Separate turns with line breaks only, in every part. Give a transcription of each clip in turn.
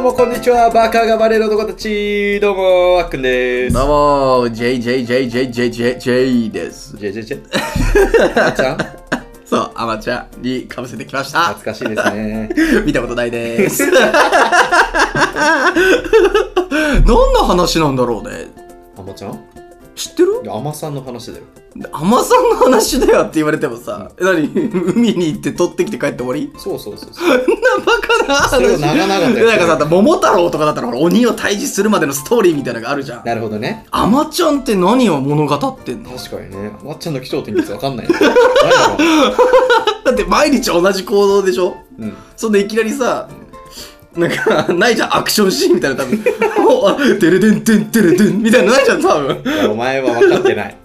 もこんにちはバカがバレる男たちどうもあっくんです
どうも、JJJJJJJ です。
ジェジェジェ あっちゃん
そう、アマチュアにかぶせてきました。
懐かしいですね
見たことないです。 何の話なんだろうね。
あまちゃんい
知ってる
やあまさんの話だよ
アマさんの話だよって言われてもさ、え何海に行って取ってきて帰って終わり
そうそうそうそう
そんなバカな話。
それを長々とやってる
なんかさ、桃太郎とかだったらほら鬼を退治するまでのストーリーみたいなのがあるじゃん。
なるほどね
アマちゃんって何を物語ってんの
確かにねあっちゃんの気象点率わかんないね誰だろ
だって毎日同じ行動でしょ
ううん
そんでいきなりさ、なんか、ないじゃん、アクションシーンみたいな、多分。おあテレデンテンテレデンみたいな、ないじゃん、多分。
いやお前は分かってない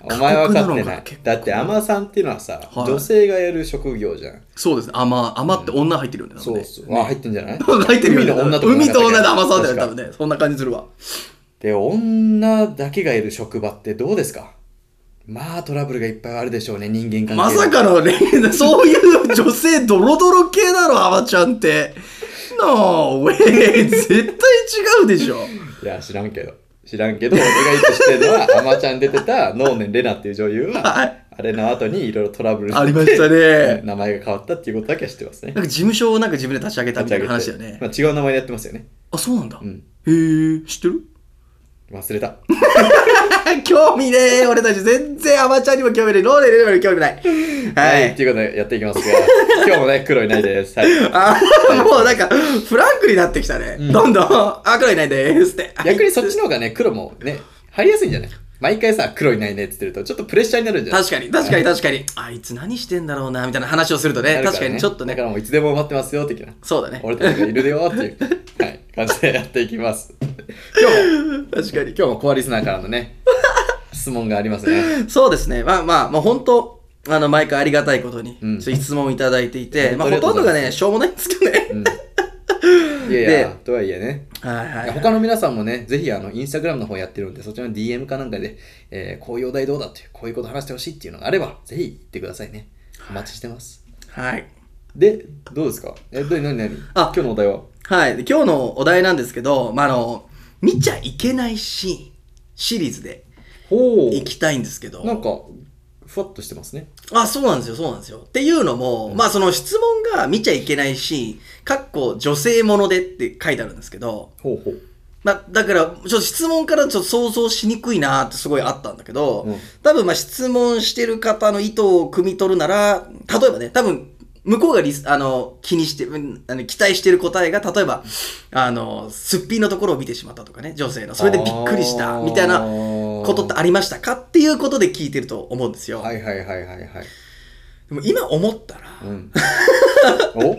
お前は分かって
過酷な
な
の
い
か結構
だってアマさんっていうのはさ、
はい
女性がやる職業じゃん
そうですね、甘、甘って女入ってるよね、多
そ
分ね
うそう、あ入ってんじゃない
入ってるよね。
海の女とか
海と女で甘さだよね、多
確か
分ね。そんな感じするわ。
で女だけがいる職場ってどうですかまあトラブルがいっぱいあるでしょうね人間関係
まさか の、ね、そういう女性ドロドロ系だろ、アマちゃんって。のウェイ絶対違うでしょ。
いや知らんけど知らんけど俺がよく知ってるのは アマちゃんに出てた能年レナっていう女優 は
はい。
あれの後にいろいろトラブル
ありましたね。
名前が変わったっていうことだけは知ってますね
なんか事務所をなんか自分で立ち上げたみたいな
立
話
ち
だ
上
よ
げて
ね。
まあ、違う名前でやってますよね
あ、そうなんだ。
うん
へえ、知ってる
忘れた
興味ねえ俺たち全然アマちゃんにも興味ないローレルにも興味ないは
はい、
い
ということでやっていき ますが、今日もね、黒いないです。はい、
あもうなんかフランクになってきたね、
うん
どんどんあ黒いないですって
逆にそっちの方がね、黒もね、入りやすいんじゃない毎回さ、黒いないねって言ってると、ちょっとプレッシャーになるんじゃない
確かに確かに確かにあいつ何してんだろうなみたいな話をするとね
なる
確からにちょっとね
だからもういつでも待ってますよ、的な。
そうだね
俺たちがいるでよっていう、はい、感じでやっていきます。 今日も、
確かに
今日もコアリスナーからのね、 質問がありますね。
そうですねまあまあまあ本当あの毎回ありがたいことに、
うん
そう質問をいただいていて、ま あ、
本当あり
ほ
がとうん
とど
ござ
が
います
ねしょうもないんですけどね、
いやいや
で、
とはいえね。
はいはいい
や他の皆さんもね、ぜひあの、インスタグラムの方やってるんで、そちらの DM かなんかで、えー、こういうお題どうだっていう、こういうこと話してほしいっていうのがあれば、ぜひ言ってくださいね。お待ちしてます。
はい
で、どうですかえ、ど、なになに
あ
今日のお題は
はい。で今日のお題なんですけど、まあ、あの、見ちゃいけないシーン、シリーズで
ほ
行きたいんですけど。
なんか、ふわっとしてますね。
あ、そうなんですよ、そうなんですよ。っていうのも、まあ、その質問が見ちゃいけないシーン、かっこ女性ものでって書いてあるんですけど、
ほうほう。
まあ、だから、ちょっと質問からちょっと想像しにくいなってすごいあったんだけど、
うん
多分、まあ、質問してる方の意図を汲み取るなら、例えばね、多分、向こうがリスあの気にして、うんあの期待してる答えが、例えば、あの、すっぴんのところを見てしまったとかね、女性の。それでびっくりした、みたいな
こ
ことってありましたかっていうことで聞いてると思うんですよ。
はいはいはいはいはい。
でも今思ったら、
うん。 お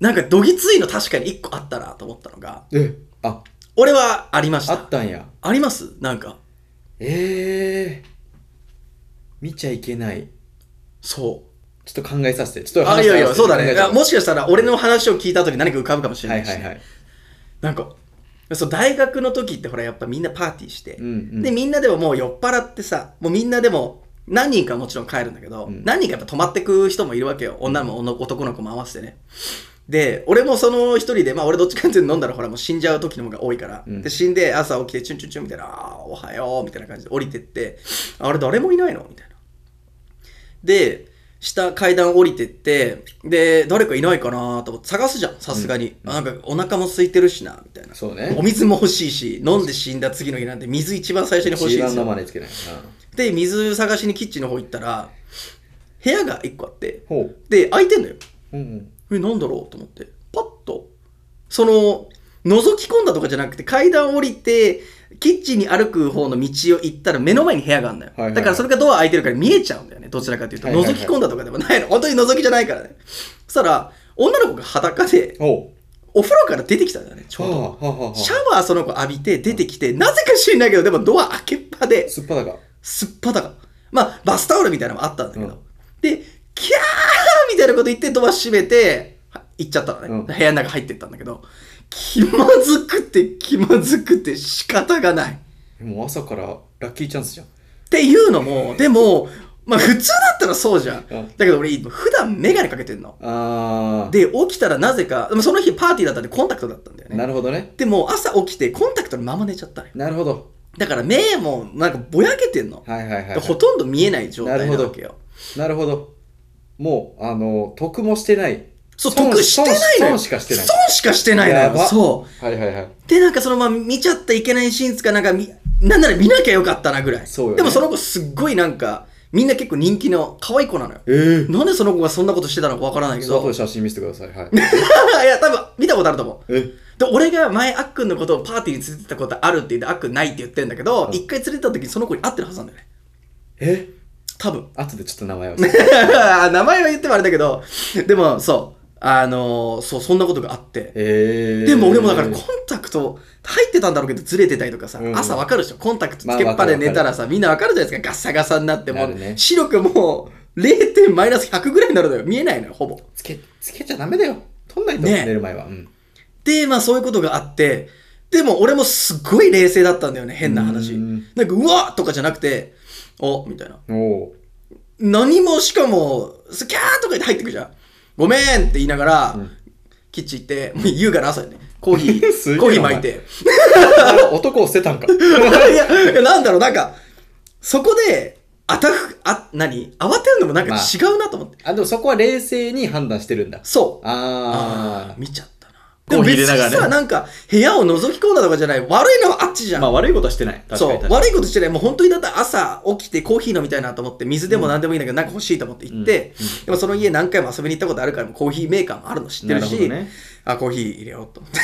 なんかどぎついの確かに一個あったなと思ったのが、
え、あ、
俺はありまし
あ
た
っ。たんや。
ありますなんか、
ええー。見ちゃいけない。
そう。
ちょっと考えさせて。ちょっと
あ、
話
い
し合
やいや、
わせて
そうだね。
考え
い
ちゃ
や
う
もしかしたら、俺の話を聞いた後に何か浮かぶかもしれ
は
ないいし、
はいはい。
なんか、そう、大学の時ってほら、やっぱみんなパーティーして、
うんうん。
で、みんなでももう酔っ払ってさ、もうみんなでも、何人かもちろん帰るんだけど、
うん
何人かやっぱ泊まってく人もいるわけよ。女も女男の子も合わせてね。で、俺もその一人で、まあ俺どっちかっていうと飲んだらほらもう死んじゃう時の方が多いから、
うん
で、死んで朝起きてチュンチュンチュンみたいな、あーおはようみたいな感じで降りてって、あれ誰もいないのみたいな。で、下階段降りてって、で、誰かいないかなと思って探すじゃん、さすがに。
うん
あなんかお腹も空いてるしな、みたいな。
そうね
お。水も欲しいし、飲んで死んだ次の日なんて水一番最初に欲
一
しいんで
番
す
の
よ。
まねつけない。う
で、水探しにキッチンの方行ったら、部屋が一個あって、
んほう。
で、空いてんのよ。
うんうん。
え、なんだろうと思って、パッと、その、覗き込んだとかじゃなくて、階段降りて、キッチンに歩く方の道を行ったら目の前に部屋があるんだよ。
はいはいはい
だからそれがドア開いてるから見えちゃうんだよね。どちらかというと。
はいはいはい
覗き込んだとかでもないの。本当に覗きじゃないからね。そしたら、女の子が裸で、
ほう。
お風呂から出てきたんだよね、ちょう
は
ど。
あはあはあ。
シャワーその子浴びて出てきて、なぜか知らないけど、でもドア開けっぱで、
すっぱだか。
すっぱだか。まあ、バスタオルみたいなのもあったんだけど。
うん
で、キャーみたいなこと言ってドア閉めて、は行っちゃったのね。
うん
部屋の中入ってったんだけど、気まずくて気まずくて仕方がない。
もう朝からラッキーチャンスじゃん。
っていうのも、でも、まあ普通だったらそうじゃん。だ
うん
けど俺、普段メガネかけてんの。
あ
で、起きたらなぜか、でもその日パーティーだったんでコンタクトだったんだよ
あ、な
ね。
るほどね。
でも朝起きてコンタクトのまま寝ちゃったのよ。
なるほど。
だから目もなんかぼやけてんの。
はいはいはい、
でほとんど見えない状態なわけよ。
なるほど。もう、あの、得もしてない。
そう、
損
得してないの
損
よ。
しかしてない
損しかしてないの
や
よ。
ば
そ
はいはいはい。
う。で、なんかそのまま見ちゃったいけないシーンつか、なんか見、なんなら見なきゃよかったなぐらい。
そうよね
でもその子すっごいなんか、みんな結構人気の可愛い子なのよ。
えー、
なんでその子がそんなことしてたのかわからないけ
そ
ど
う。写真見せてください。はい。
いや、多分見たことあると思う。
え
で、俺が前、あっくんのことをパーティーに連れてったことあるって言って、あっくんないって言ってんだけど
う、ん
一、回連れてった時にその子に会ってるはずなんだよね。
え
多分。
後でちょっと名前を。え
名前は言ってもあれだけど、でもそう、あのーそう、そんなことがあって。
えー、
でも俺もだからコンタクト入ってたんだろうけどずれてたりとかさ、
うん
朝わかるでしょコンタクトつけっぱで寝たらさ、みんなわかるじゃないですかガッサガサになっても
なるね
う視力もう0点マイナス100ぐらいになるのよ見えないのよほぼ
つけ、つけちゃダメだよ。取んないと、
ね
寝る前は。うん。
で、まあそういうことがあって、でも俺もすっごい冷静だったんだよね、変な話。
うん
なんか、うわっとかじゃなくて、おみたいな。
おう
何もしかも、スキャーとか言って入ってくるじゃん。ごめんって言いながら、キッチン行って、もう優雅な朝やね。コーヒ
すげ
ー、
え
コーヒー巻いて。
あ男を捨てたんか。
いや、いやなんだろう、なんか、そこで、あたふ、あ、何慌てるのもなんか
まあ
違うなと思って。
あ、でもそこは冷静に判断してるんだ。
そう。あ
あ
ー見ちゃったな。
コーヒー入れながらね
でも別にさ、なんか、部屋を覗き込んだとかじゃない。悪いのはあっちじ
あ
ゃん。
まあ悪いことはしてない。確
そ
かに
う
確かに。
悪いことしてないもう本当にだったら朝起きてコーヒー飲みたいなと思って水でも何でもいいんだけど、なんか欲しいと思って行って、でもその家何回も遊びに行ったことあるからもうコーヒーメーカーもあるの知ってる
な
し
るほどね
あコーヒー入れようと思って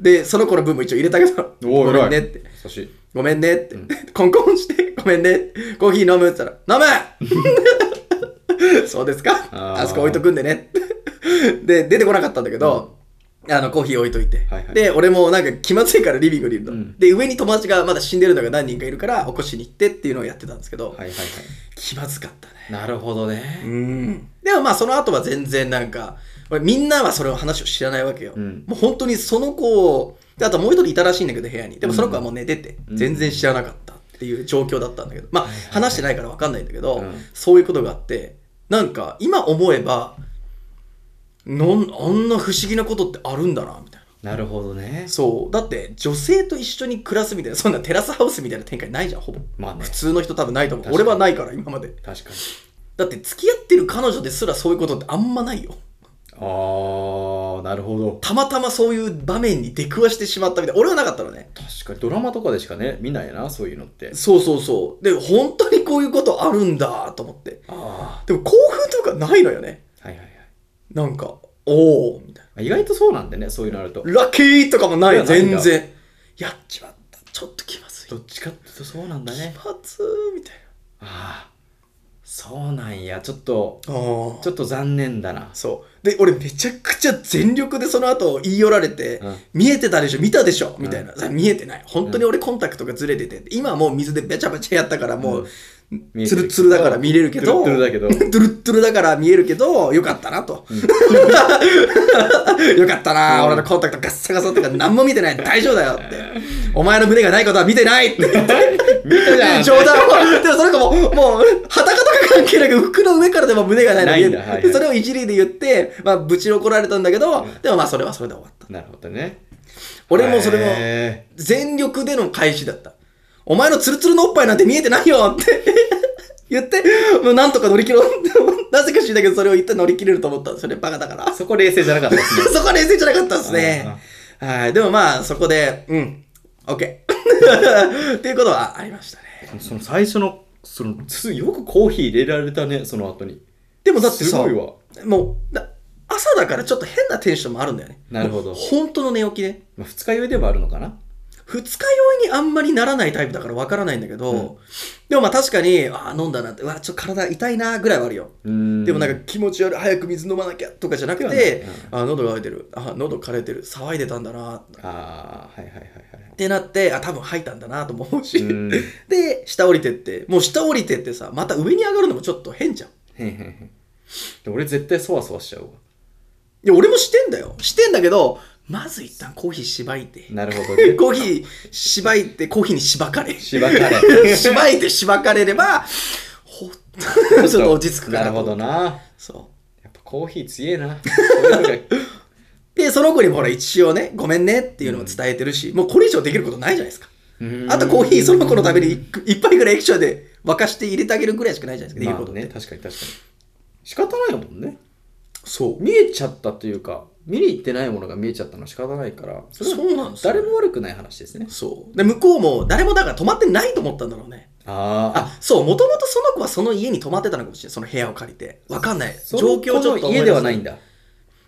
でその子の分も一応入れたけど
おー
ごめんねって
優しい。
ごめんねって、コンコンしてごめんねコーヒー飲むって言ったら飲む そうですか
あ
あ
ー
そこ置いとくんでねで出てこなかったんだけど、あのコーヒー置いといて、
はいはい
で俺もなんか気まずいからリビングにいるの、
うん
で上に友達がまだ死んでるのが何人かいるから起こしに行ってっていうのをやってたんですけど、
はいはいは
気まずかったね
い。なるほどね。
うんでもまあその後は全然なんか俺みんなはそれを話を知らないわけよ、
うん
もう本当にその子をであともう一人いたらしいんだけど部屋にでもその子はもう寝てて、
うん
全然知らなかったっていう状況だったんだけどまあ話してないから分かんないんだけど、
うん
そういうことがあってなんか今思えばなんあんな不思議なことってあるんだなみたいな
なるほどね。
そうだって女性と一緒に暮らすみたいなそんなテラスハウスみたいな展開ないじゃんほぼ、
まあね
普通の人多分ないと思う
確か
俺
に
はないから今まで
確かに。
だって付き合ってる彼女ですらそういうことってあんまないよ
ああ、なるほど。
たまたまそういう場面に出くわしてしまったみたいな俺はなかったのね
確かにドラマとかでしかね見ないなそういうのって
そうそうそうで本当にこういうことあるんだと思って
あ
でも興奮とかないのよね
あはいはいはい
なんかおおみたい
まあ意外とそうなんでねそういうのあると
なラッキーとかもないい
やないん
全
だ
然やっちまったちょっと気まずい
どっちかっていうとそうなんだね
気まずいみたい
ああそうなんやちょっと
なあ
ちょっと残念だな
そうで俺めちゃくちゃ全力でその後言い寄られて、
うん
見えてたでしょ見たでしょみたいな、
うん
さ見えてない本当に俺コンタクトがずれてて今はもう水でべちゃべちゃやったからもう、
見えて
ツ
る
ルツルだから見れるけど
ツルツルだけど
トゥルットゥルだから見えるけ どよかったなと、よかったな、
うん
俺のコンタクトガッサガサとか何も見てない大丈夫だよってお前の胸がないことは見てないって言って
見たじゃ ん
冗談をでもそれかももう裸とか関係なく服の上からでも胸がないの見え
ない
る
んだはいはい
でそれをいじりで言ってまあぶち怒られたんだけど、でもまあそれはそれで終わった
なるほどね
俺もそれも
へ
全力での開始だったお前のツルツルのおっぱいなんて見えてないよって 言ってもうなんとか乗り切ろう って思うなぜか知らないけどそれを言って乗り切れると思ったんですよねバカだから
ーそこ冷静じゃなかったですね
そこは冷静じゃなかったですね。はい。でもまあ、そこで、うん、OK。っていうことはありましたね。
その最初のそのつよくコーヒー入れられたねその後に
でもだって
す
さ、
ごいわ
もう、だ朝だからちょっと変なテンションもあるんだよね。
なるほど
本当の寝起きね。
まあ二日酔いでもあるのかな
二日酔いにあんまりならないタイプだからわからないんだけど、でもまあ確かに、ああ、飲んだなって、うわ、ちょっと体痛いなぐらいはあるよ。
うん
でもなんか気持ち悪い、早く水飲まなきゃとかじゃなく
で
て、あ喉が渇いてる、あ喉枯れてる、騒いでたんだなっ
ああはいはいはいはい
てなって、あ、多分吐いたんだなとも思うし、
うん
で下降りてってもう下降りてってさまた上に上がるのもちょっと変じゃん
へ
い
んへんへんで俺絶対そわそわしちゃうわ
や俺もしてんだよしてんだけどまず一旦コーヒーしばいて
なるほどね
コーヒー しばいてコーヒーにしばかれ
しばかれ
しばいてしばかれればほっちょっと落ち着くか
な
な
る
と思
ほ
って
どな。
そ
やっぱコーヒー強え な。そういうのが
う。で、その子にもほら一応ね、ごめんねっていうのも伝えてるし、もうこれ以上できることないじゃないですか。あとコーヒーその子のために一一杯ぐらい液晶で沸かして入れてあげるぐらいしかないじゃないですか、
まあ
できること
ね、
ね。
確かに確かに。仕方ないもんね。
そう。
見えちゃったというか、見に行ってないものが見えちゃったのは仕方ないから、それは
そうなんですよ
誰も悪くない話ですね。
そう。で、向こうも誰もだから泊まってないと思ったんだろうね。
ああ。
あ、そう、もともとその子はその家に泊まってたのかもしれない。その部屋を借りて。わかんない。
その
状況をちょっと
この
思出せ
家ではないんだ。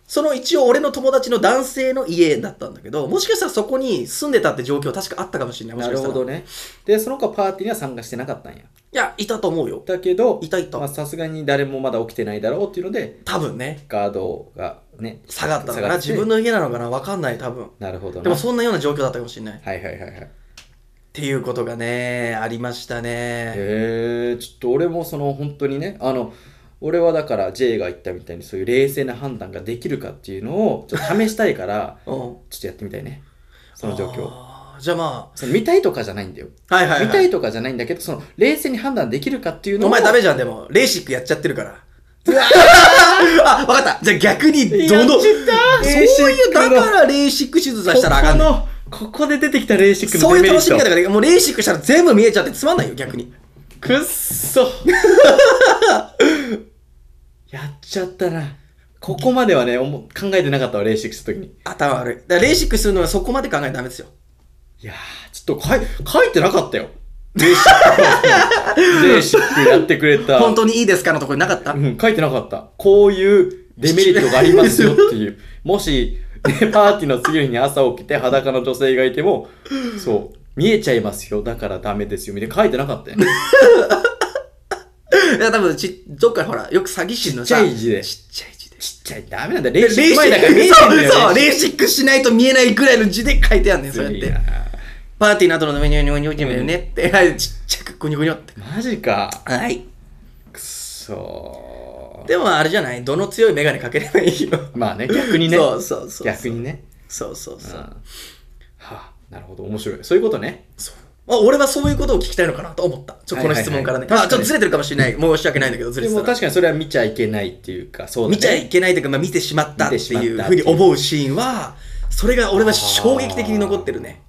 その一応俺の友達の男性の家だったんだけど、もしかしたらそこに住んでたって状況確かあったかもしれない。もし
な
か
る
した
ほ
ら
どね。で、その子はパーティーには参加してなかったんや。
いや、いたと思うよ。
だけど、
いたいた
まあさすがに誰もまだ起きてないだろうっていうので、
多分ね、
ガードがね、
下がったのか
下が
な。
って
自分の家なのかな。わかんない、多分。
なるほど
でも
ね。
そんなような状況だったかもしれない。っ
はいはいはいはい。
ていうことがね、ありましたね。
へえちょっと俺もその本当にねあの俺はだから J が言ったみたいにそういう冷静な判断ができるかっていうのをちょっと試したいから
うん。
ちょっとやってみたいねその状況
あー。じゃあま
その見たいとかじゃないんだよ、
あ、はいはい、
見た
はい
い。とかじゃないんだけどその冷静に判断できるかっていうのを
お前ダメじゃん、でも。レーシックやっちゃってるから。 あ、わかった。じゃあ逆に、ど
やっ
んどん。
ちゃった
そうい
レー
う、
シック
だ
の
からレーシック手術はしたらあかんねん
ここのここで出てきたレーシックの
そ
デ
ういう
メリ
楽しみ方
ット
がね、もうレーシックしたら全部見えちゃってつまんないよ、逆に。
くっそ やっちゃったなここまではね思う考えてなかったわレーシックした時に
頭悪い。だからレーシックするのはそこまで考えたらダメですよ。
いやー、ちょっとかい書いてなかった よ。レーシック。レーシックやってくれた。
本当にいいですかのとこになかった
うん、書いてなかった。こういうデメリットがありますよっていう。もし、ねパーティーの次の日に朝起きて裸の女性がいても、そう、見えちゃいますよ。だからダメですよ。みたいな書いてなかったよ。
いや、多分ち、どっかほら、よく詐欺師のさ、
ちっちゃい字で
ちっちゃい字で。
ちっちゃい、ダメなんだ。レ
レ
ー
ー
シ
シ
ック
ック
前だから見えちゃ
そ
うん
う
だよ、ね。
そう、レーシックしないと見えないぐらいの字で書いてあんねん、そうやっ
ずるい
て
な。
パーティーの後のニョニョニョニョニョねって、はいちっちゃくグニョグニョって。
マジか。
はい。
くっそ
でもあれじゃないどの強いメガネかければいいよ。
ー。まあね、逆にね。
そうそうそう。
逆に。ね。
そうそうそうう。
ん
あ
はあ、なるほど。面白い。そういうことね。
俺はそういうことを聞きたいのかなと思った。ちょ、この質問からね。
はいはいはい
あ、ちょっとずれてるかもしれない。申し訳ないんだけど、ずれ
で
てた
も
ら
確かにそれは見ちゃいけないっていうか、そうだね
見ちゃいけないというか、まあ、見てしまったって
見て
い
し
う
まったっ
ふ
て
う
いう
に思うシーンは、それが俺は衝撃的に残ってるね。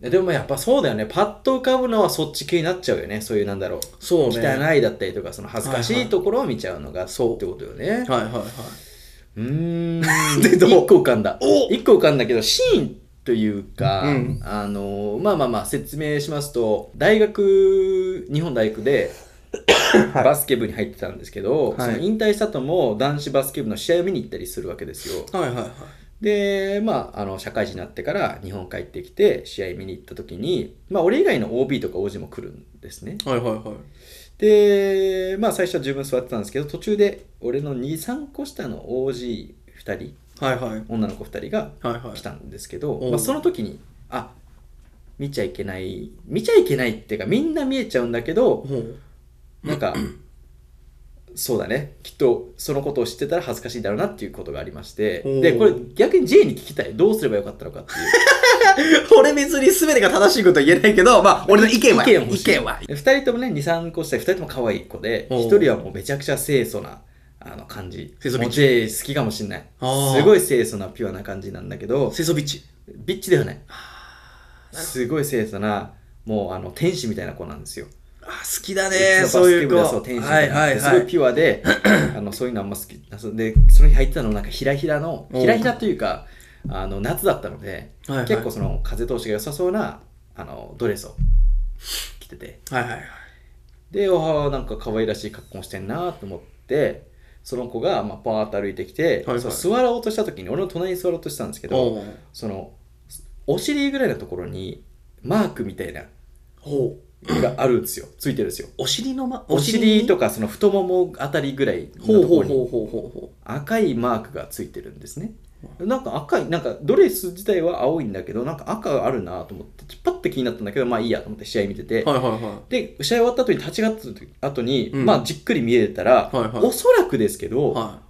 でもやっぱそうだよね。パッと浮かぶのはそっち系になっちゃうよね。そういうなんだろう。
そうね。
汚いだったりとか、その恥ずかし
はいはいい
ところを見ちゃうのが
そう
ってことよね。
はいはいはい。
うーん。
でどう
一個浮かんだ。
お
一個浮かんだけど、シーンというか、
うん
あの、まあまあまあ説明しますと、大学、日本大学で、 バスケ部に入ってたんですけど、
はい
その引退した後も男子バスケ部の試合を見に行ったりするわけですよ。
はいはいはい。
で、まあ、あの社会人になってから日本帰ってきて試合見に行った時に、まあ、俺以外の OB とか OG も来るんですね
はいはいはい。
で、まあ、最初は自分座ってたんですけど途中で俺の23個下の OG2 人
はいはい。
女の子2人が
はいはい
来。たんですけど、
おう
まあ、その時にあ見ちゃいけない見ちゃいけないっていうかみんな見えちゃうんだけど
ほう
なんかそうだねきっとそのことを知ってたら恥ずかしいだろうなっていうことがありまして
おう
でこれ逆に J に聞きたいどうすればよかったのかっていう。
俺別に全てが正しいことは言えないけど、まあ、俺の意見は。
欲しいで二人ともね23個した2人とも可愛い子で
おう
一人はもうめちゃくちゃ清楚なあの感じ
清楚
も
ビ
う J
ッ
好きかもしんない
あー
すごい清楚なピュアな感じなんだけど
セソビッチ。
ビッチではないすごい清楚なもうあの天使みたいな子なんですよ、
あ、好きだ
い
ね、
つもバ
そう
ス
い
ケ
う
部
子。
だそう天使みた
はいい
な
はい
で
は
すごい
い。
ピュア であのそういうのあんま好きでその日入ってたのなんかひらひらの
おう
ひらひらというかあの夏だったので、
はいはい
結構その風通しが良さそうなあのドレスを着てて
はいはいはい。
で、ああ、なんか可愛らしい格好してんなと思って、その子が、まあ、パーッと歩いてきて、
はいはい
そう座ろうとした時に、俺の隣に座ろうとしたんですけど、
ほう。
その、お尻ぐらいのところに、マークみたいな、
ほう。
があるんですよ。ついてるんですよ。
お尻のま、
お尻と
か。
か、その太ももあたりぐらいの
ほう
ところ
ほうほ
に、
うほうほうほ
赤いマークがついてるんですね。なんか赤い、なんかドレス自体は青いんだけど、なんか赤があるなと思って、パッて気になったんだけど、まあいいやと思って試合見てて、
う。はいはいはい。
で試合終わった後に立ち上がった時後に、
うん
まあじっくり見えたら、
はいはい
おそらくですけど、
は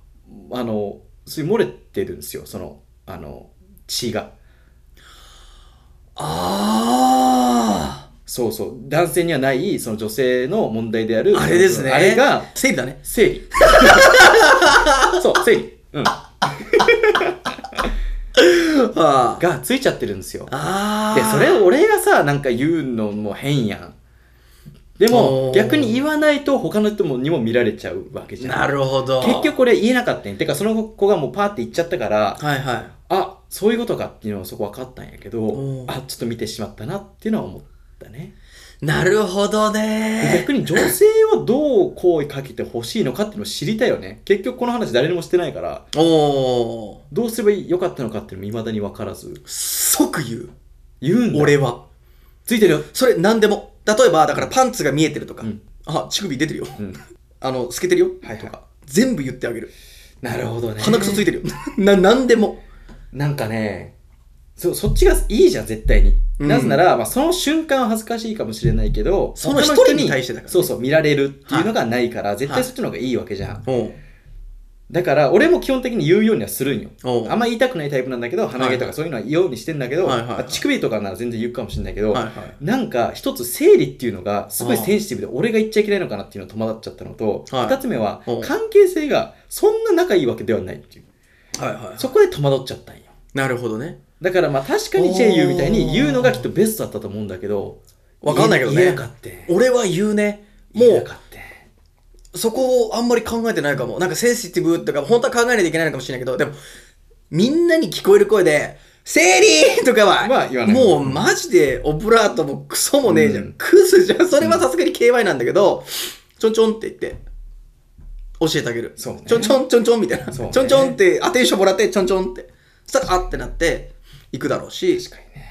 あのそういう漏れてるんですよそのあの血が
い、ああ
そうそう男性にはないその女性の問題である
あれですね。
あれが
整理だね。
生 理そう生理、うん、
あ
がついちゃってるんですよ
あー。
でそれを俺がさなんか言うのも変やんでも
おー
逆に言わないと他の人もにも見られちゃうわけじゃん
なるほど。
結。局俺言えなかったんやてかその子がもうパーって行っちゃったから
はいはい。
あそういうことかっていうのはそこ分かったんやけど
おー
あちょっと見てしまったなっていうのは思ったね
なるほどね。
逆に女性はどう声かけてほしいのかっていうのを知りたいよね結局この話誰にもしてないから
おー。
どうすればよかったのかっていうのも未だに分からず
即言う。
言うんだ
俺は。
ついてるよ、
それ何でも。例えば、だからパンツが見えてるとか。
うん
あ、乳首出てるよ。
うん、
あの、透けてるよ。
はいはい
とか。全部言ってあげる。
なるほどね
鼻くそついてるよ。 な、何でも。
なんかねそそっちがいいじゃん絶対に、
うん
なぜなら、まあ、その瞬間は恥ずかしいかもしれないけど
その一
他
人に対してだからね
そうそう見られるっていうのがないから、絶対そっちの方がいいわけじゃん、
おう
だから俺も基本的に言うようにはするんよ
おう
あんま言いたくないタイプなんだけど鼻毛と
は
かそういうのは言おうにしてんだけど、
はいはいはい
あ乳首とかなら全然言うかもしれないけど、
はいはい。
なんか一つ生理っていうのがすごいセンシティブで俺が言っちゃいけないのかなっていうのが戸惑っちゃったのと、
はい
二つ目は
おう
関係性がそんな仲いいわけではないっていう
はいはい。
そこで戸惑っちゃったんよ
なるほどね。
だからまあ確かに J 言うみたいに言うのがきっとベストだったと思うんだけど
わかんないけどね
言えなかった
俺は言うね。も
言えな
う、
かった
そこをあんまり考えてないかも。なんかセンシティブとか、本当は考えないといけないのかもしれないけど、でも、みんなに聞こえる声で、生理 とかは、
まあ言わない
もうマジでオブラートもクソもねえじゃん。
うん
クズじゃん。それはさすがに KY なんだけど、ちょんちょんって言って、教えてあげる。
そうね
ちょんちょんちょんちょんみたいな。
そうね
ちょんちょんって、アテンションもらって、ちょんちょんって。そしたら、あってなって、行くだろうし、
確かにね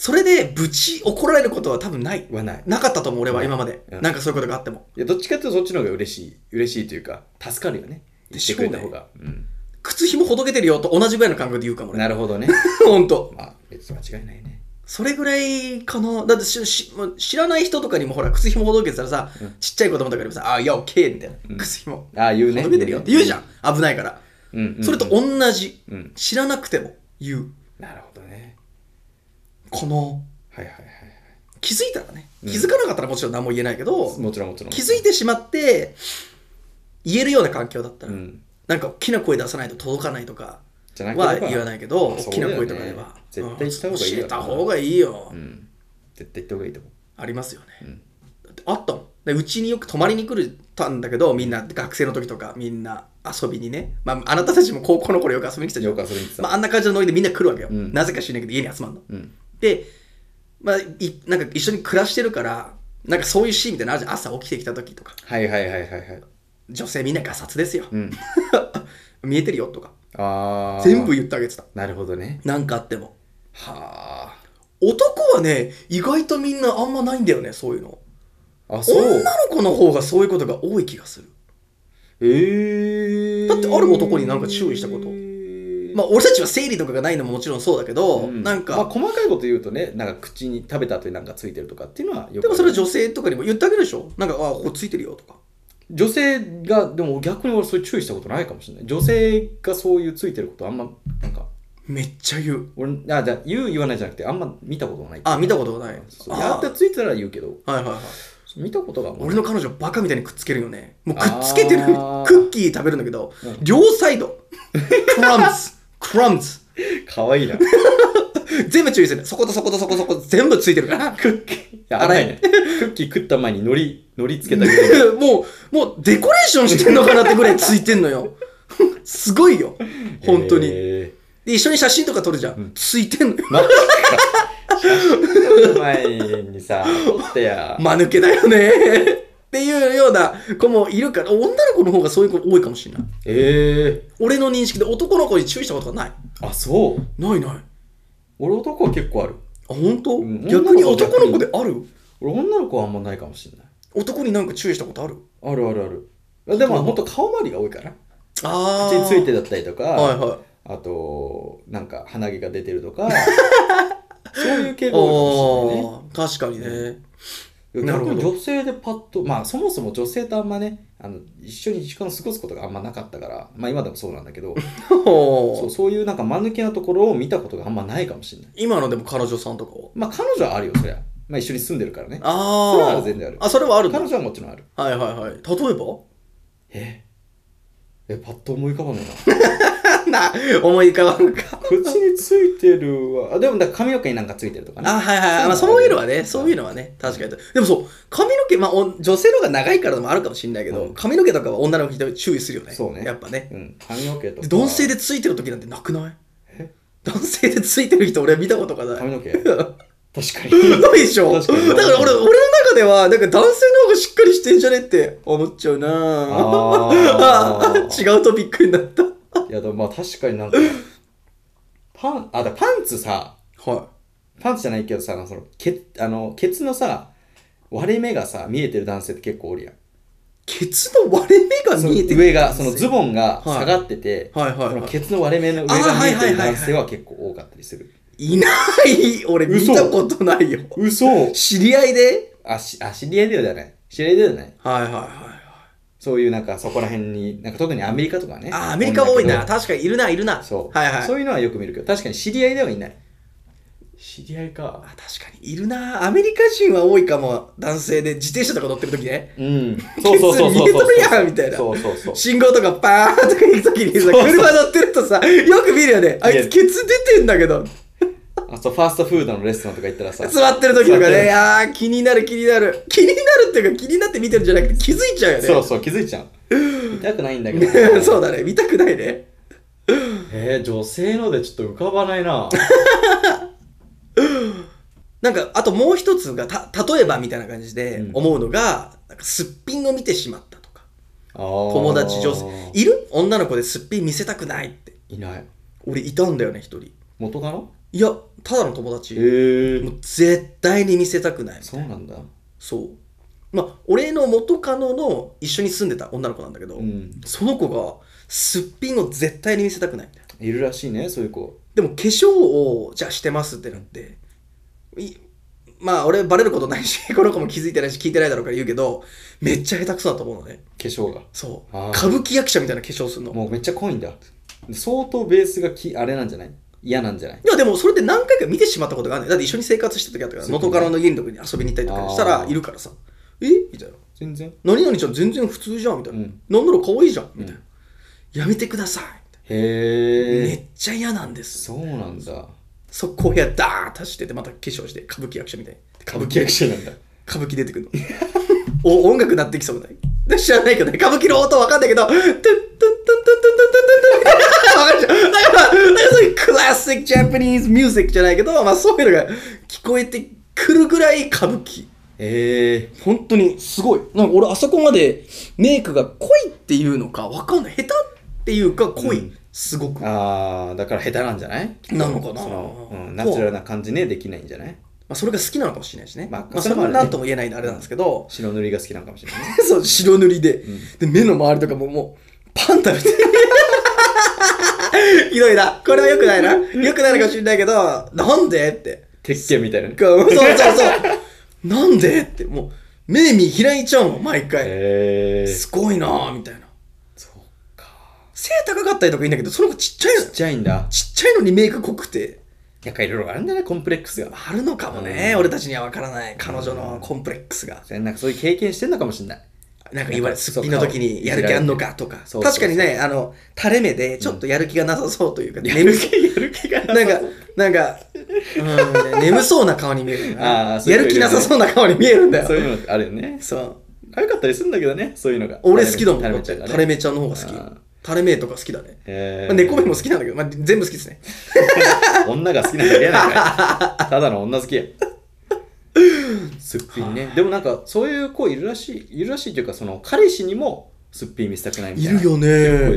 それで、ぶち怒られることは多分ない。
はない
なかったと思う、俺は今まで。
うん
なんかそういうことがあっても。
いやどっちかっていうとそっちの方が嬉しい嬉しいというか助かるよね言
で
っ
してょ
く
うね
れた方が、う
靴紐ほどけてるよと同じぐらいの感覚で言うか
ん、
もね。
なるほどね
ほんと。
まあ別に間違いないね
それぐらいかな。だってししもう知らない人とかにもほら、靴紐ほどけてたらさ、
うん
ちっちゃい子供とかにもさ、あ、いや、オッケーみたいな。
うん
靴紐ほ
ああ言うね
どけてるよって言うじゃん。危ないから。
うん、うんうん
それと同じ。
うん
知らなくても言う。
なるほどね
この、
はいはいはい
気づいたらね。
うん
気づかなかったらもちろん何も言えないけど、
もちろんもちろん
気づいてしまって、言えるような環境だった
う
ら、
ん
なんか大きな声出さないと届かないとか、
じゃなければ
は言わないけど、
そう
大き
だ
な
よね
声とかでは。
絶対した方がいいよう
うん教えた方がいいよ。
ん絶対言った方がいいと思
ありますよね。
う、うん、
だってあったもん。でうちによく泊まりに来るたんだけど、みんな、学生の時とか、みんな遊びにね。まあ、あなたたちも高校の頃よく遊びに来たじゃ
よ
ん。
く遊びに行ってた、
まあ、あんな感じのノリでみんな来るわけよ。
うん
なぜか知らないけど、家に集まるの。
うん
で、まあ、いなんか一緒に暮らしてるから、なんかそういうシーンみたいなのあるじゃん。朝起きてきた時とか。
はいはいはいはいはい
女性みんなガサツですよ。
うん
見えてるよとか。
ああ
全部言ってあげてた。
なるほどね
なんかあっても。
は
男はね、意外とみんなあんまないんだよね、そういうの。
ああそう
女の子の方がそういうことが多い気がする。
ええ
だってある男になんか注意したことま
あ
あ、俺たちは生理とかがないのももちろんそうだけど、なんか、
まあ、細かいこと言うとねなんか口に食べた後になんかついてるとかっていうのはよく
でもそれは
女
女性とかにも言ってあげるでしょなんか、あ、ここついてるよとか。
女性がでも逆に俺それ注意したことないかもしれない女性がそういうついてることあんまなんか
めっちゃ言う。
俺あじゃあ言う言わないじゃなくてあんま見たことがない
あ、見たことがない。
そうや
あ
ってついてたら言うけど
はいはいはい。
見たことがもう
俺の彼女バカみたいにくっつけるよね。もうくっつけてる。ク
あー
ッキー食べるんだけど、
うん
両サイド。クラムズ。クラムズ。
かわい いな
全部注意する。そことそことそこそこ全部ついてるから。
クッキーや
あ
ば
れ
いねクッキー食った前にのりのりつけたけど
もう、もうデコレーションしてんのかなってぐらいついてんのよ。すごいよ。本当に。
え
で、一緒に写真とか撮るじゃん。
うん
ついてんのよ。
ー、マジか写真撮る前にさ撮ってや
間抜けだよね。 っていうような子もいるから、女の子の方がそういう子多いかもしれない。
ええ
俺の認識で男の子に注意したことがない。
あそう
ないない。あ、
俺男は結構ある
本当、
ん
逆に
女の子は
男の子である
俺女の子はあんまないかもしれない
男になんか注意したことある
あるあるあるあでもほんと顔周りが多いから
あ
口についてだったりとか、
はいは
あとなんか鼻毛が出てるとかそういう
い。
傾向
あ
かもしれないね
あ、確かにね。な
逆
るほど
に女性でパッとまあそもそも女性とあんまねあの一緒に時間を過ごすことがあんまなかったからまあ今でもそうなんだけどそ
そう う
そういうなんか間抜けなところを見たことがあんまないかもしれない
今のでも彼女さんとかは
まあ彼女はあるよそりゃまあ、一緒に住んでるからね。
ああ。
それは全然ある
あ、それはあるんだ
彼。女はもちろんある。
はいはいはい。例えば
ええ、パッと思い浮かばないな。
な、思い浮かばんか。
口についてるわ。あでも、だから髪の毛になんかついてるとかね。
あ、はいはいはい。まあ、そういうのはね、そういうのはね、確かに。でもそう、髪の毛、まあ、お女性の方が長いからもあるかもしれないけど、
うん
髪の毛とかは女の人注意するよね。
そうね
やっぱね。
うん、髪の毛とか。
男性でついてる時なんてなくない
え
男性でついてる人俺見たことがない。
髪の毛
確か
確か
に。
に。
ないでしょだ
確
か
からに
俺、俺の中では、なんか男性の方がしっかりしてんじゃねって思っちゃうな
あ
あ
ー
違うトピックになった。
いや、でもまあ確かになんか、パン、あ、だからパンツさ、
は
パンツじゃないけどさ、そのケあのケツのさ、割れ目がさ、見えてる男性って結構おるやん。
い。ケツの割れ目が
その
見えて
上が、そのズ
ン。
ボンが
はい
下がってて、
はいはい、
その
はい。
ケツの割れ目の上
あー
が見え
は
て
いはい
る
はいはい
男性は結構多かったりする。
いない俺見
嘘
たことないよ。
嘘
知り合いで
あ、し、あ、知り合いではじゃない。知り合いではない。
はいはいはい。
そういうなんかそこら辺に、なんか特にアメリカとかね。
あ、アメリカ多い
女
な。
の子
確かにいるな、いるな。
そう。
はいはい。
そういうのはよく見るけど、確かに知り合いではいない。知り合いか
あ。確かにいるな。アメリカ人は多いかも。男性で自転車とか乗ってる時ね。
うん。そうそうそうそうそう。
ケツ見えとるやんみたいな
そうそうそう。
信号とかパーンとか行く時にさ、
そうそう
車乗ってるとさ、よく見るよね。あい
い
つ
や
ケツ出てんだけど。
あとファーストフードのレストランとか行ったらさ、
座ってる時とか
座って
ね。
る
いやー、気になる気になる。気になるっていうか気になって見てるんじゃなくて気づいちゃうよね。
そうそう、気づいちゃう。痛くないんだけど。
そうだね。見たくないね。
えー、女性のでちょっと浮かばない な。
なんか、あともう一つが、た、例えばみたいな感じで
うん
思うのが、なんかすっぴんを見てしまったとか、友
友
達女性、いる女の子ですっぴん見せたくないって。
いない。
俺いたんだよね、一人。
元カノ
いや、ただの友
え
達。もう絶対に見せたくない。
そうなんだ。
そう。まあ、俺の元カノの一緒に住んでた女の子なんだけど、
うん。
その子がすっぴんを絶対に見せたくないみたいない
るらしいね、そういう子。
でも化粧をじゃあしてますってなっていまあ俺バレることないし この子も気づいてないし聞いてないだろうから言うけどめっちゃ下手くそだと思うのね
化粧が。
そう
あー
歌舞伎役者みたいな化粧するの
もうめっちゃ濃いんだ。相当ベースがきあれなんじゃない嫌なんじゃない
いやでもそれで何回か見てしまったことがあるねだって一緒に生活してた時あったから
そうね
元カノの家のとこに遊びに行ったりとかし
あ
たら
ー
いるからさえみたいな
全然。
何々ちゃん全然普通じゃんみたいな、
うん
なんなら可愛いじゃんみたい
う
な、やめてくださいみたい
へ
なめ
え。
っちゃ嫌なんです
そうなんだ。
速攻部屋ダーッ足しててまた化粧して歌舞伎役者みたいに
歌舞伎役者なんだ。
歌舞伎出てくるのお音楽なってきそうだねで知らない けどね歌舞伎の音わかんないけどトゥントゥントゥントゥントゥントゥントゥントゥンみたいな わかるでしょだからだからそういうクラシックジャパニーズミュージックじゃないけど、まあ、そういうのが聞こえてくるぐらい歌舞伎
へえ。
本当にすごいなんか俺あそこまでメイクが濃いっていうのかわかんない下手っていうか濃い、
うん
すごく
あー、だから下手なんじゃない
なのかな
その、うん、ナチュラルな感じね、できないんじゃない
まあ、それが好きなのかもしれないしね、ま
ま
あ
あ
そ
そ
れ
れもあ
も
るね
何とも言えないんであれなんですけど、
白塗りが好きなのかもしれないね。
そう白塗りで、
ん
で目の周りとかももうパンダみたいな ひどいなこれはよくないなよくないのかもしれないけどなんでって
鉄拳みたいなね。
そうそうそうなんでってもう目見開いちゃうの毎回
へえ。
すごいなぁみたいな
そうか。
背高かったりとかいいんだけどその子ちっちゃいの
ちっちゃいんだ。
ちっちゃいのにメイク濃くて
なんかいろいろあるんだね、コンプレックスが。
あるのかもね、
うん
俺たちには分からない彼女のコンプレックスが
それなんかそういう経験してんのかもしれない。
なんか言われす
そ
っ
う
ぴんの時にやる気あんのかとか
そう
確かに
そう
ねあの垂れ目でちょっとやる気がなさそうというか、眠そう
やる気 が
なんか、なんか、うん、眠そうな顔に見えるよな
あーそうい
や
うの
る
いる
気
よね
なさそうな顔に見えるんだ
そう
よ。
いうのあるよね。
そう。
あるかったりするんだけどね、そういうのが。
俺好きだもん。
タ
タ
レ
レ
メちゃんがね。
メちゃんの方が好き
あー。
タレメとか好きだね。
え
まあ、猫目も好きなんだけど、まあ、全部好きですね。
き。女が好きなだけやないかい。ただの女好きや。すっぴんね。でもなんか、そういう子いるらしい、いるらしいというか、その、彼氏にもすっぴん見せたくないみ
い
たいな。
るよ
子い
ね。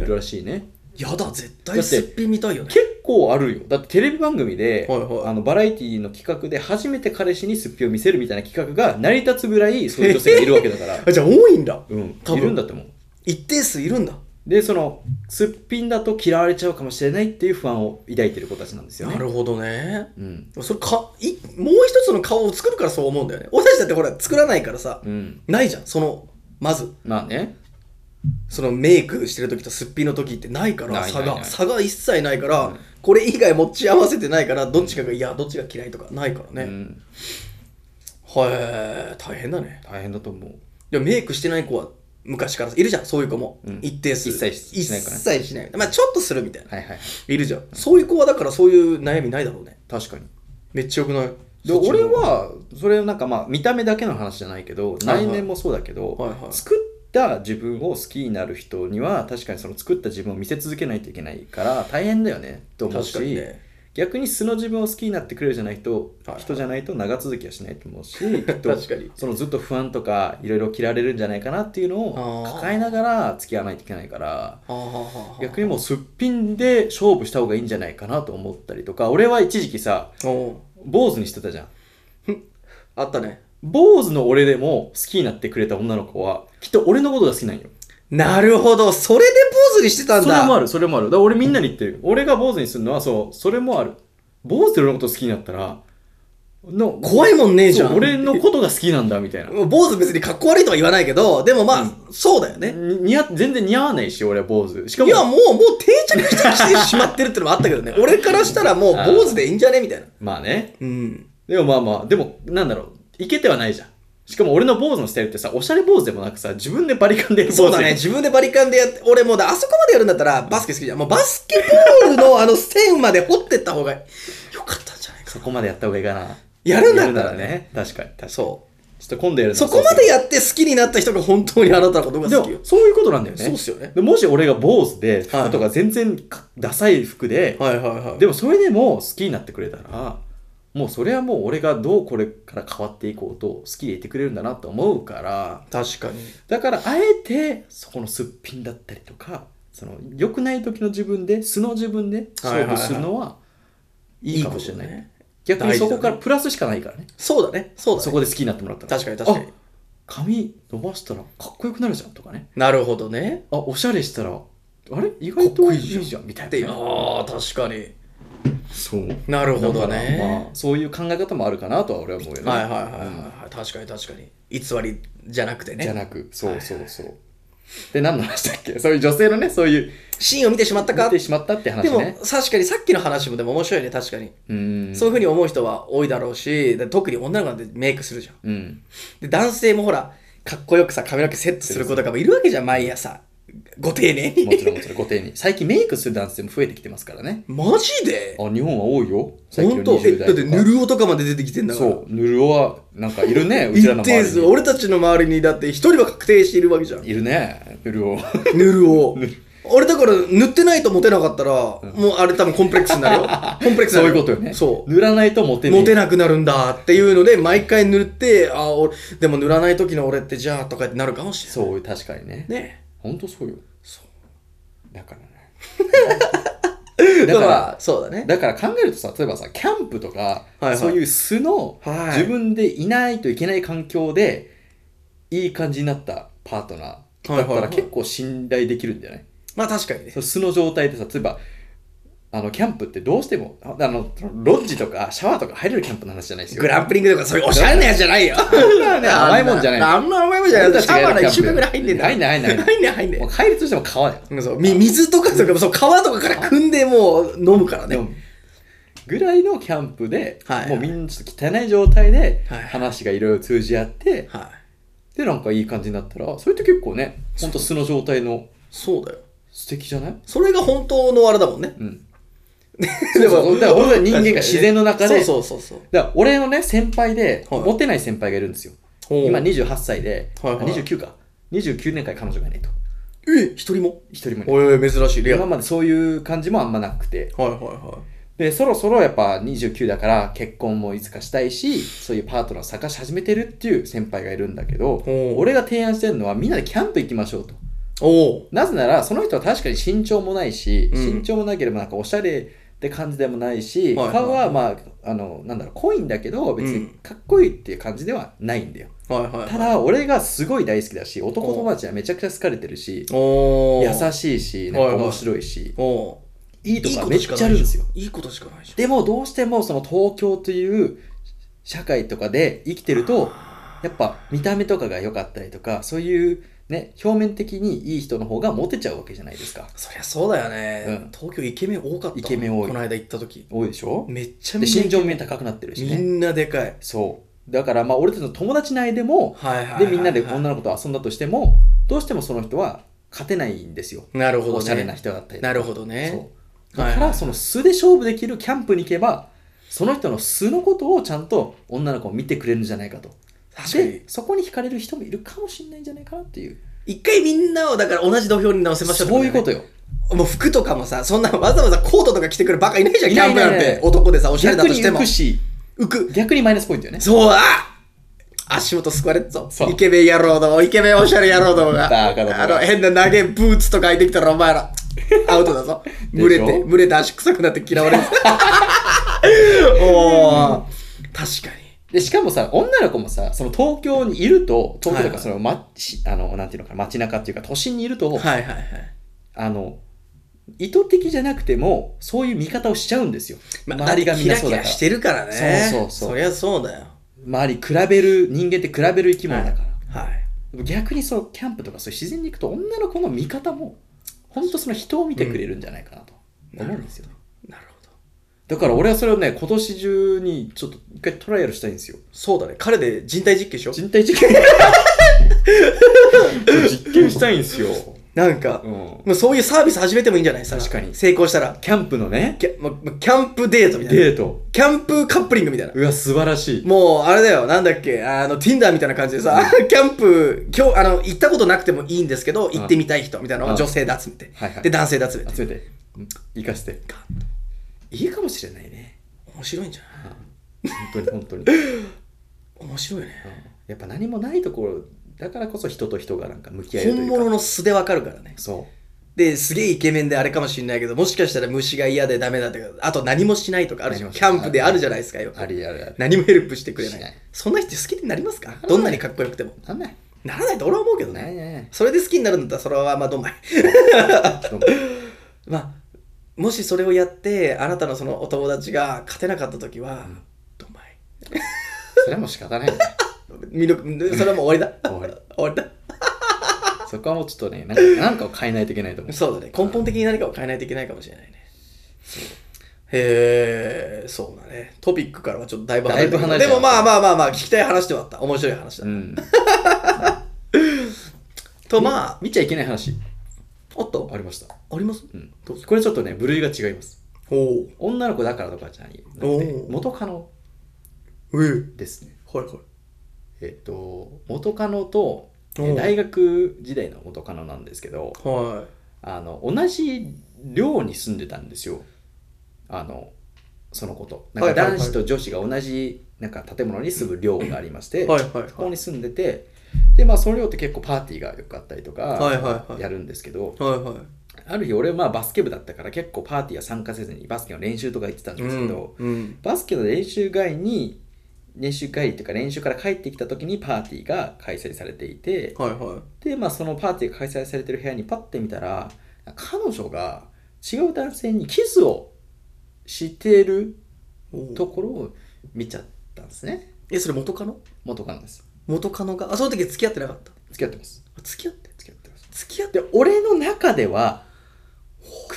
るらしいね。
やだ、絶対すっぴん見たいよね。
結構あるよだってテレビ番組で、
はいはい
あのバラエティの企画で初めて彼氏にすっぴんを見せるみたいな企画が成り立つぐらいそういう女性がいるわけだか ら
あ、じゃあ多いんだ。
うん
多分
いるんだと思う
一定数いるんだ。
でそのすっぴんだと嫌われちゃうかもしれないっていう不安を抱いてる子たちなんですよね
なるほどね。
うん
それかい、もう一つの顔を作るからそう思うんだよね。俺たちだってほら、作らないからさ、
うん
ないじゃん、その、まず。
まあね
そのメイクしてる時とすっぴんの時ってないから
ない
差
ない
が
ない
差が一切ないから、
うん
これ以外持ち合わせてないからどっちかがいやどっちが嫌いとかないから
う
ね、
ん
はい、大変だね。
大変だと思う。
でもメイクしてない子は昔からいるじゃん、そういう子も。
うん
一定数。
一切しないからね
一切しない。まあちょっとするみたいな。
はいはい。
いるじゃん。そういう子はだからそういう悩みないだろうね。
確かに。
めっちゃよくない
で俺、はそれなんかまあ見た目だけの話じゃないけど
はい
内面もそうだけど、
はいはい
作った自分を好きになる人には確かにその作った自分を見せ続けないといけないから大変だよねと思う
確
し、
かにね。
逆に素の自分を好きになってくれるじゃないと、
はいはい
人じゃないと長続きはしないと 思うしきっと
確かに。
そのずっと不安とかいろいろ切られるんじゃないかなっていうのを
あー
抱えながら付き合わないといけないから。
はあはあはあ
逆にもうすっぴんで勝負した方がいいんじゃないかなと思ったりとか俺は一時期さ
おう
坊主にしてたじゃん
あったね。
坊主の俺でも好きになってくれた女の子はきっと俺のことが好きなんよ
なるほど。それでポーズにしてたん
それ
だ。
もあるそれもあるだから俺みんなに言ってる俺が坊主にするのはそうそれもある坊主で俺のこと好きになったらの
怖いもんねえじゃ
そ
ん。
う俺のことが好きなんだみたいな
坊主別にかっこ悪いとは言わないけど、でもまあ、そうだよね。
に似合全然似合わないし俺は坊主しか
い
も
や、もう、もう定着してきてしまってるってのもあったけど ね。俺からしたらもう坊主でいいんじゃねみたいな。
まあね
うん。
でもまあまあでもなんだろういけてはないじゃんしかも俺の坊主のスタイルってさおしゃれ坊主でもなくさ自分でバリカンでやる坊主
そうだね。自分でバリカンでやって、俺もうだ、あそこまでやるんだったらバスケ好きじゃん。もうバスケボールのあの線まで掘ってった方がよかったんじゃないか。
そこまでやった方がいいかな
やるんだったらね
ね確かに確かに
そ
ちょっと今度やる
う。
の
そこまでやって好きになった人が本当にあなたのことが
で
好
も
きよ。
そういうことなんだよね
そうっすよね
でもし俺が坊主で
はい
服とか全然かダサい服で、
はいはいはい
でもそれでも好きになってくれたらもうそれはもう俺がどうこれから変わっていこうと好きでいてくれるんだなと思うから
確かに。
だからあえてそこのすっぴんだったりとかその良くない時の自分で素の自分で勝負するのはいいかもしれない,、
いいことね
逆にそこから
大事だね
プラスしかないからね
そうだね。そうだね。
そこで好きになってもらったら
確かに確かに
あ。髪伸ばしたらかっこよくなるじゃんとかね
なるほどね。
あおしゃれしたらあれ意外といいじゃんみたい
で
なね
ああ、確かに。
そう
なるほ
だ
ど
からまあ
ね。
そういう考え方もあるかなとは俺は思うよね、
はいはいはいはいはい。確かに確かに。偽りじゃなくて
じゃ
ね。
なくそうそうそう、で何の話だっけそういう女性のねそういう
シーンを見てしまった
見
か。
て
で
しまったって話
も
ね
確かにさっきの話もでも面白いね、確かに。
うーん
そういうふうに思う人は多いだろうし、で特に女の子なんてメイクするじゃん。
うん
で、男性もほら、かっこよくさ、髪の毛セットする子とかもいるわけじゃん、毎朝。ご丁寧
も
に。
ちろんもちろんご丁寧に最近メイクする男性も増えてきてますからね
マジで
あ日本は多いよ最近
本
の
当え
20代とか
だってぬるおとかまで出てきてんだから。
そうぬるおはなんかいる ねうち
一
らの
定
周
数、
りに
俺たちの周りにだって一人は確定しているわけじゃん。
いるねぬるお
塗るを。俺だから塗ってないとモテなかったら、もうあれ多分コンプレックスにな るよ。コンプレック ス
そ
に
うい
な
う
る
ことよね
そう
塗らないとモテない
モテなくなるんだっていうので、毎回塗って、あ、俺、でも塗らない時の俺ってじゃあとかってなるかもしれ
そう確かにね
ない。ね。
ほんとそうよ
そ
だからねだ
だ
か
か
ら
ら、そうだね。
だから考えるとさ例えばさキャンプとか、
はいはい
そういう素の、
はい
自分でいないといけない環境でいい感じになったパートナーだ
は
っ
いは
た
いは
ら
い
結構信頼できるんじゃない、
まあ確かにね
そ。の素の状態でさ例えばあのキャンプってどうしてもああのロッジとかシャワーとか入れるキャンプの話じゃないですよ
グランプリングとかそういうおしゃれなやつじゃないよ。
なね甘いもんじゃない
あんな甘いもんじゃない。
俺
シ
たちが
ャ
や
ワー
る
の
キャンプ
一週間ぐらい入んねえんだ
入んねえ入んねえ
入んねえ入んね
もう帰りとしても川だよ
えうんそうみ水とかとかもそう川とかから汲んでもう飲むからね
で。もぐらいのキャンプで、
はい
もうみんなちょっと汚い状態で
はい
話がいろいろ通じ合って、
はい。
でなんかいい感じになったらそれって結構ねほんと素の状態の
そうだよ。
素敵じゃない
それが本当のあれだもんね。
うん
で
そうそうだから俺ら人間が自然の中で
そうそうそう
だから俺のね先輩で、
はい
モテない先輩がいるんですよ
そう。
今
に、
28歳で、
はいはい
あ29か29年間彼女がいないと
え、一人も
一人もいない
おいおい、珍しい、レア。
今
はい
までそういう感じもあんまなくて
はいは
でそろそろやっぱ29だから結婚もいつかしたいしそういうパートナーを探し始めてるっていう先輩がいるんだけど
おう
俺が提案してるのはみんなでキャンプ行きましょうと
い。おお。
なぜならその人は確かに身長もないし、
うん
身長もなければなんかおしゃれって感じでもないし、
はいはい
顔はまああのなんだろう濃いんだけど別
う
に
ん
かっこいいっていう感じではないんだよ、
はいはいはい。
た、だ俺がすごい大好きだし男友達はめちゃくちゃ好かれてるし
おお。
優しいしなんか面白いし、
おお
い、い
ー。
とこがめっちゃあるんですよ
いいことしかないじゃん。
でもどうしてもその東京という社会とかで生きてるとやっぱ見た目とかが良かったりとかそういうね表面的にいい人の方がモテちゃうわけじゃないですか
そりゃそうだよ
うん
ね。東京イケメン多かった。
イケメン多い
この間行った時。
多いでしょ
めっちゃ
で
みんな
身長も高くなってるし
み
ね
んなでかい。
そうだからまあ俺たちの友達内でも
はいはいはいはい
でみんなで女の子と遊んだとしてもどうしてもその人は勝てないんですよ
なるほど、ね、
おしゃれな人だったり
なるほどね
そうだからその素で勝負できるキャンプに行けばその人の素のことをちゃんと女の子を見てくれるんじゃないかと
確かに
でそこに惹かれる人もいるかもしれないんじゃないかなっていう
一回みんなをだから同じ土俵に直せましょうって
そういうことと
だ
よ
よねもう服とかもさそんなわざわざコートとか着てくるバカいないじゃん
い
キ
な
ャン
い
プなん
いないい
て
ない
男でさおしゃれだ
逆
と
に
して
浮
も
くし
浮く
逆にマイナスポイントよね
そうあ足元すくわれっぞ
そう
イケメン野郎どもイケメンおしゃれ野郎どもが
バカどもが
あの変な投げブーツとか履いてきたらお前らアウトだぞ
でし
群
ょ
れて群れて足臭くなって嫌 われるおお確かに
でしかもさ女の子もさその東京にいると東京とか
はいはい
その、ましあのなんていうのかな街中っていうか都心にいると、
はいはいはい
あの意図的じゃなくてもそういう見方をしちゃうんですよ、周りがみんなそうだ
キラキ
か
ラ
ら
してるからね
そうそうそう
そりゃそうだよ
周り比べる人間って比べる生き物だから、
はい
でも逆にそのキャンプとかそういう自然に行くと女の子の見方も本当その人を見てくれるんじゃないかなと思うんですよ、
なるほど
だから俺はそれをね今年中にちょっと一回トライアルしたいんですよ
そうだね彼で人体実験しよう
人体実験 実験したいんですよ、
なんか、
うん、
もうそういうサービス始めてもいいんじゃない
確かに
成功したら
キャンプのね
キャ,ま、まキャンプデートみたいな
デート
キャンプカップリングみたいな
うわ素晴らしい
もうあれだよなんだっけあの Tinder みたいな感じでさキャンプ今日あの行ったことなくてもいいんですけど行ってみたい人みたいなの
う
を
ん
女性で集めて、
はいはい
で男性で集めて
集めてうん行かせて
ガン
いいかもしれないね
面白いんじゃない
本当に本 当に、
面白いね
やっぱ何もないところだからこそ人と人がなんか向き合えるとい
本
うか
物の素でわかるからね
そ
ですげえイケメンであれかもしれないけどもしかしたら虫が嫌でダメだとかあと何もしないとかあるじゃん
何も
キ
しな
ャ
い
ンプであるじゃないですかよ
うありあるある
何もヘルプしてくれない
しない
そんな人好きになりますかどんなにかっこよくても
なんない
ならないと俺は思うけど
な
ね
いね
それで好きになるんだったらそれはまあどんまい
どうも
まあもしそれをやってあなたのそのお友達が勝てなかった時は、どんまい
それはもう仕方ないね
魅力それはもう終わりだ
終わり
終わりだ
そこはもうちょっとねなんかなんかを変えないといけないと思う
そうだね根本的に何かを変えないといけないかもしれないねへえそうだねトピックからはちょっとだいぶ離れたけど
だいぶ離れた
でもまあまあまあまあ聞きたい話ではあった面白い話だ、
うん
とまあ
見ちゃいけない話
おっと
ありました、
あります
うん
どうぞ
これちょっとね部類が違います
おお
女の子だからとかじゃないなくて
おう
元カノ
えはい
ですね
はい
えっと元カノとえ
おう
ー大学時代の元カノなんですけど
は
あの同じ寮に住んでたんですよあのそのことなん
は
か
いはいはい
男子と女子が同じなんか建物に住む寮がありまして、
いはいはい
そこ
はい
に住んでてでまあその寮って結構パーティーがよかったりと
はいは
か
いはい
やるんですけど、
はいはい
ある日俺まあバスケ部だったから結構パーティーは参加せずにバスケの練習とか行ってたんですけど、
うん
バスケの練習外に練習帰りというか練習から帰ってきた時にパーティーが開催されていて、
はいは
で、まあ、そのパーティーが開催されてる部屋にパッて見たら彼女が違う男性にキスをしてる
い
と
と
ころを見ちゃったんですね
えそれ元カノ
元カノです
元カノがあその時付き合ってなかった
付き合ってます
あ付き合って
付き合ってます
付き合って
で俺の中では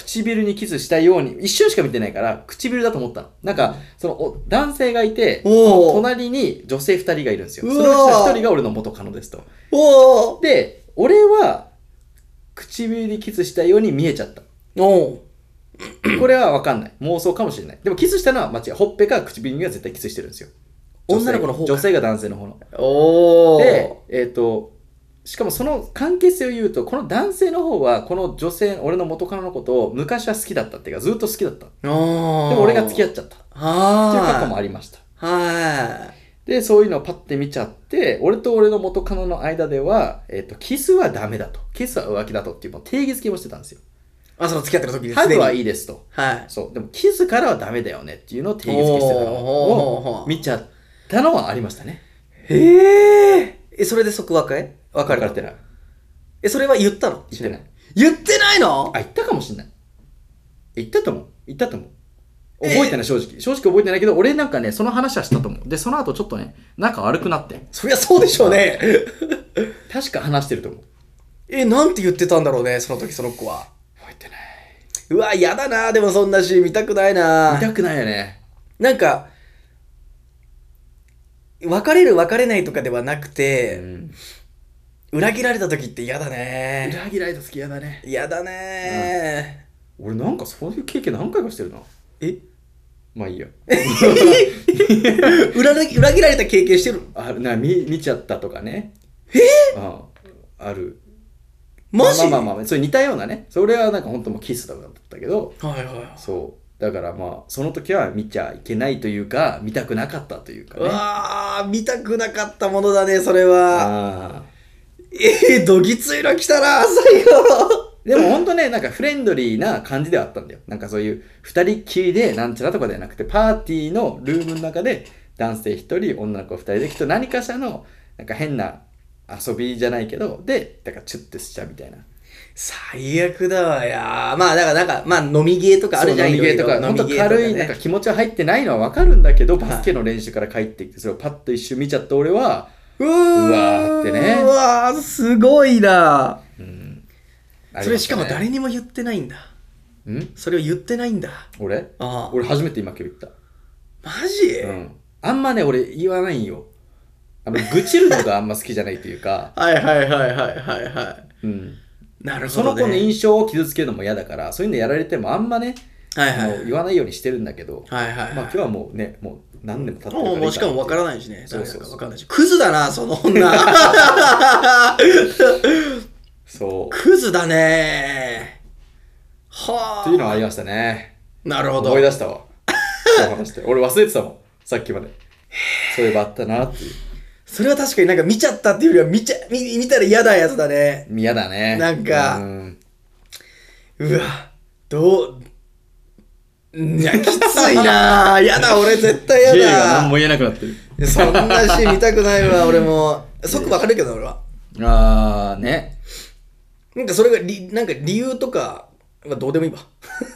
唇にキスしたように一瞬しか見てないから唇だと思ったのなんかそのお男性がいて
おー
隣に女性2人がいるんですよ
うわ
そ
ー
のうちの1人が俺の元カノですと
おお
で俺は唇にキスしたように見えちゃ った
おお
これは分かんない妄想かもしれないでもキスしたのは間違いほっぺか唇には絶対キスしてるんですよ
女の子の方か
女性が男性の方の
おお
でえっ、としかもその関係性を言うとこの男性の方はこの女性俺の元カノのことを昔は好きだったっていうかずっと好きだったで
でも
も俺が付き合っちゃったって
あ
いう
あ
過去もありました
は
でそういうのをパッて見ちゃって俺と俺の元カノの間では、えっとキスはダメだとキスは浮気だとっていうもう定義付けもしてたんですよ
いあその付き合ってる時に
ハグ
に
はいいですと
はい
そうでもキスからはダメだよねっていうのを定義付けしてたのを見ちゃったのはありましたね
へええそれで即別れ別れた
別れてない
えそれは言ったの
言ってない
言ってないの
あ、行ったかもしれない。行ったと思う。行ったと思う。
えー
覚えてない、正直。正直覚えてないけど、俺なんかね、その話はしたと思う。で、その後ちょっとね、仲悪くなって。
そりゃそうでしょうね
確か話してると思う。
えなんて言ってたんだろうねその時その子は
覚えてな。
うわやだなでもそんなシーン見たくないない
見たくないよね。
なんか別れる別れないとかではなく
う
て、
ん
裏切られた時って嫌だね。
裏切られた好き嫌だね
嫌だね、
俺なんかそういう経験何回かしてるな
え
まあいいや
裏切裏切られた経験してるの
あな見見ちゃったとかねえあある
マジ、
まあまあまあそれ似たようなねそれはなんか本当もうキスとかだったけど
はいはいはい。
そうだからまあその時は見ちゃいけないというか見たくなかったというか
う
ね
わあ、見たくなかったものだね、それは。
あー
えー、どぎついの来たな、最後。
でも本当ね、なんかフレンドリーな感じではあったんだよ。なんかそういう二人きりでなんちゃらとかではなくて、パーティーのルームの中で男性一人、女の子二人できっと何かしらのなんか変な遊びじゃないけど、で、だからチュッてしちゃうみたいな。
最悪だわ、いやーまあ、だからなんか、まあ、飲みゲーとかあるじゃん、
そう飲みゲーとか、
ろ
本
いろ
当軽い、なんか
ね
気持ちは入ってないのはわかるんだけど、
い
バスケの練習から帰ってきて、それをパッと一瞬見ちゃった俺は、
うー
うわーってね
うわー、すごいな。
うん。
それしかも誰
に
にも言ってないんだ。
ん
それを言ってないんだ。
俺
ああ。
俺初めて今今日言った。
マジ、
うん、あんまね俺言わないんよあの愚痴るのがあんま好きじゃないというか、
はいはいはいはいはいはい。
うん、
なるほ
そ
ど、
の
ね。
子の印象を傷つけるのも嫌だからそういうのやられてもあんまね、
はい
あ
はい。
の言わないようにしてるんだけど、
はいはい、はい。
まあ今日はもうねもう何年も経ってる
もうもうしかも分から
い
ないしね。
そうそうそう
誰だか分かんないし。クズだな、その女。
そう
クズだね。はあ。
というのはありましたね
なるほど。
思い出したわそう話して俺忘れてたもんさっきまでそういえばあったなっていう
それは確かになんか見ちゃったっていうよりは見ちゃ、見見たら嫌なやつだね。
嫌だね
なんか
うん
うわ、どう、いや、きつい なやだ、俺絶対
J
や
が何も
だ。
言えなくなってる
そんなシーン見たくない わ、俺も。即分かるけどな、俺は。
ああね
なんかそれがり、なんか理由とか、はどうでもいいわ。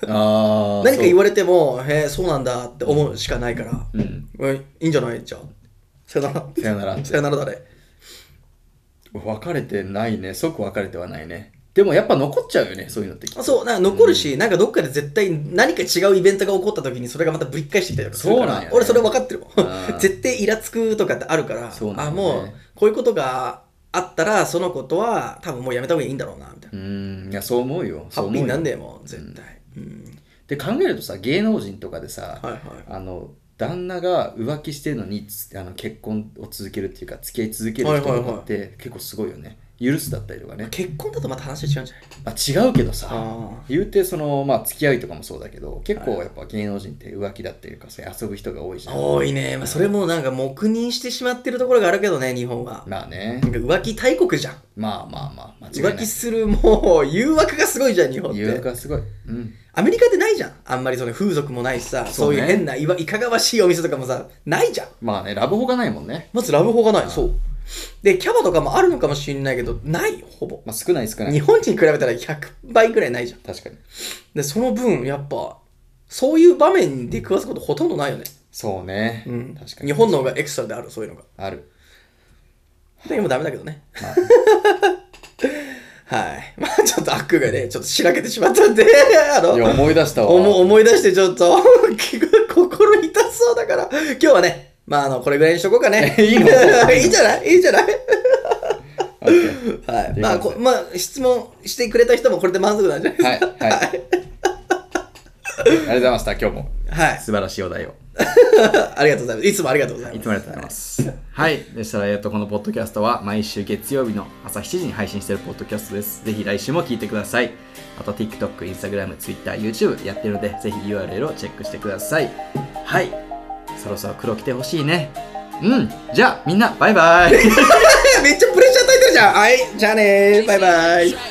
ああ
何か言
わ
われても、へえ、そうなんだって思うしかないから。
うん
うん、いいんじゃないじゃん。さよ なら。
さよならって
さよならだね。
別れてないね即別れてはないねでもやっぱ残っちゃうよねそういうのってきっと
あそう、なんか残るし、なんかどっかで絶対何か違うイベントが起こった時にそれがまたぶり返してきたりとかするから
そうなんやね
俺それ分かってるも
あ
ん。
ー
絶対イラつくとかってあるから、
そうなん
あ
だね
もうこういうことがあったら、そのことは多分もうやめた方がいいんだろうな、みたいうな。
んいやそう思うよそ
ハ
う
ッ
思う
ピー
よ
になんねえもん、絶対。うん。
で考えるとさ芸能人とかでさ、
はいはい。
あの旦那が浮気してるのにつあの結婚を続けるっていうか付き合い続ける人とかって結構すごいよね許すだったりとかね、
結婚だとまた話違うんじゃない
まあ、違うけどさ
あ
言うてそのまあ付き合いとかもそうだけど結構やっぱ芸能人って浮気だっていうかそういう遊ぶ人が多いじゃん
多いね。まあ、それもなんか黙認してしまってるところがあるけどね、日本は。
まあね
なんか浮気大国じゃん。
まあまあまあ間違い
浮
な
気
い
するもう誘惑がすごいじゃん日本っ
誘惑
て
がすごいうん
アメリカでないじゃんあんまりその風俗もないしさそ,、
そううね
いう変ないわいかがわしいお店とかもさないじゃん
まあねラブホがないもんね
まずラブホがない、
うん
そうでキャバとかもあるのかもしれないけどないよほぼ
まあ、少ない少な
日
い。
本人に比べたら100倍ぐらいないじゃん
確かに。
でその分やっぱそういう場面で食わすことほとんどないよね、
そうね。
うん、
確かに。
日本の方がエクストラであるそういうのが
ある。
でもダメだけどね
まあ、
はいまあちょっと悪がねちょっとしらけてしまったんで あの
いや、思い出したわ。
思思い出してちょっと 心痛そうだから今日はねまああのこれぐらいにしとこうかね
いいの
いいんじゃないいいんじゃない
オッケ
は
で
い
きます
まあこまあ質問してくれた人もこれで満足なんじゃない
ー はい。はい。ありがとうございました。今日も。
はい
素晴らしいお題を。
ありがとうございますいつもありがとうございます
いつもありがとうございます。はい。でしたら、えっと、このポッドキャストは毎週月曜日の朝7時に配信しているポッドキャストです。ぜひ来週も聞いてください。あと、TikTok、Instagram、Twitter、YouTube やってるので、ぜひ URL をチェックしてください。はい。そろそろ黒着てほしいね。うん。じゃあ、みんな、バイバイ。
めっちゃプレッシャー与えてるじゃんはいじゃあねバイバイ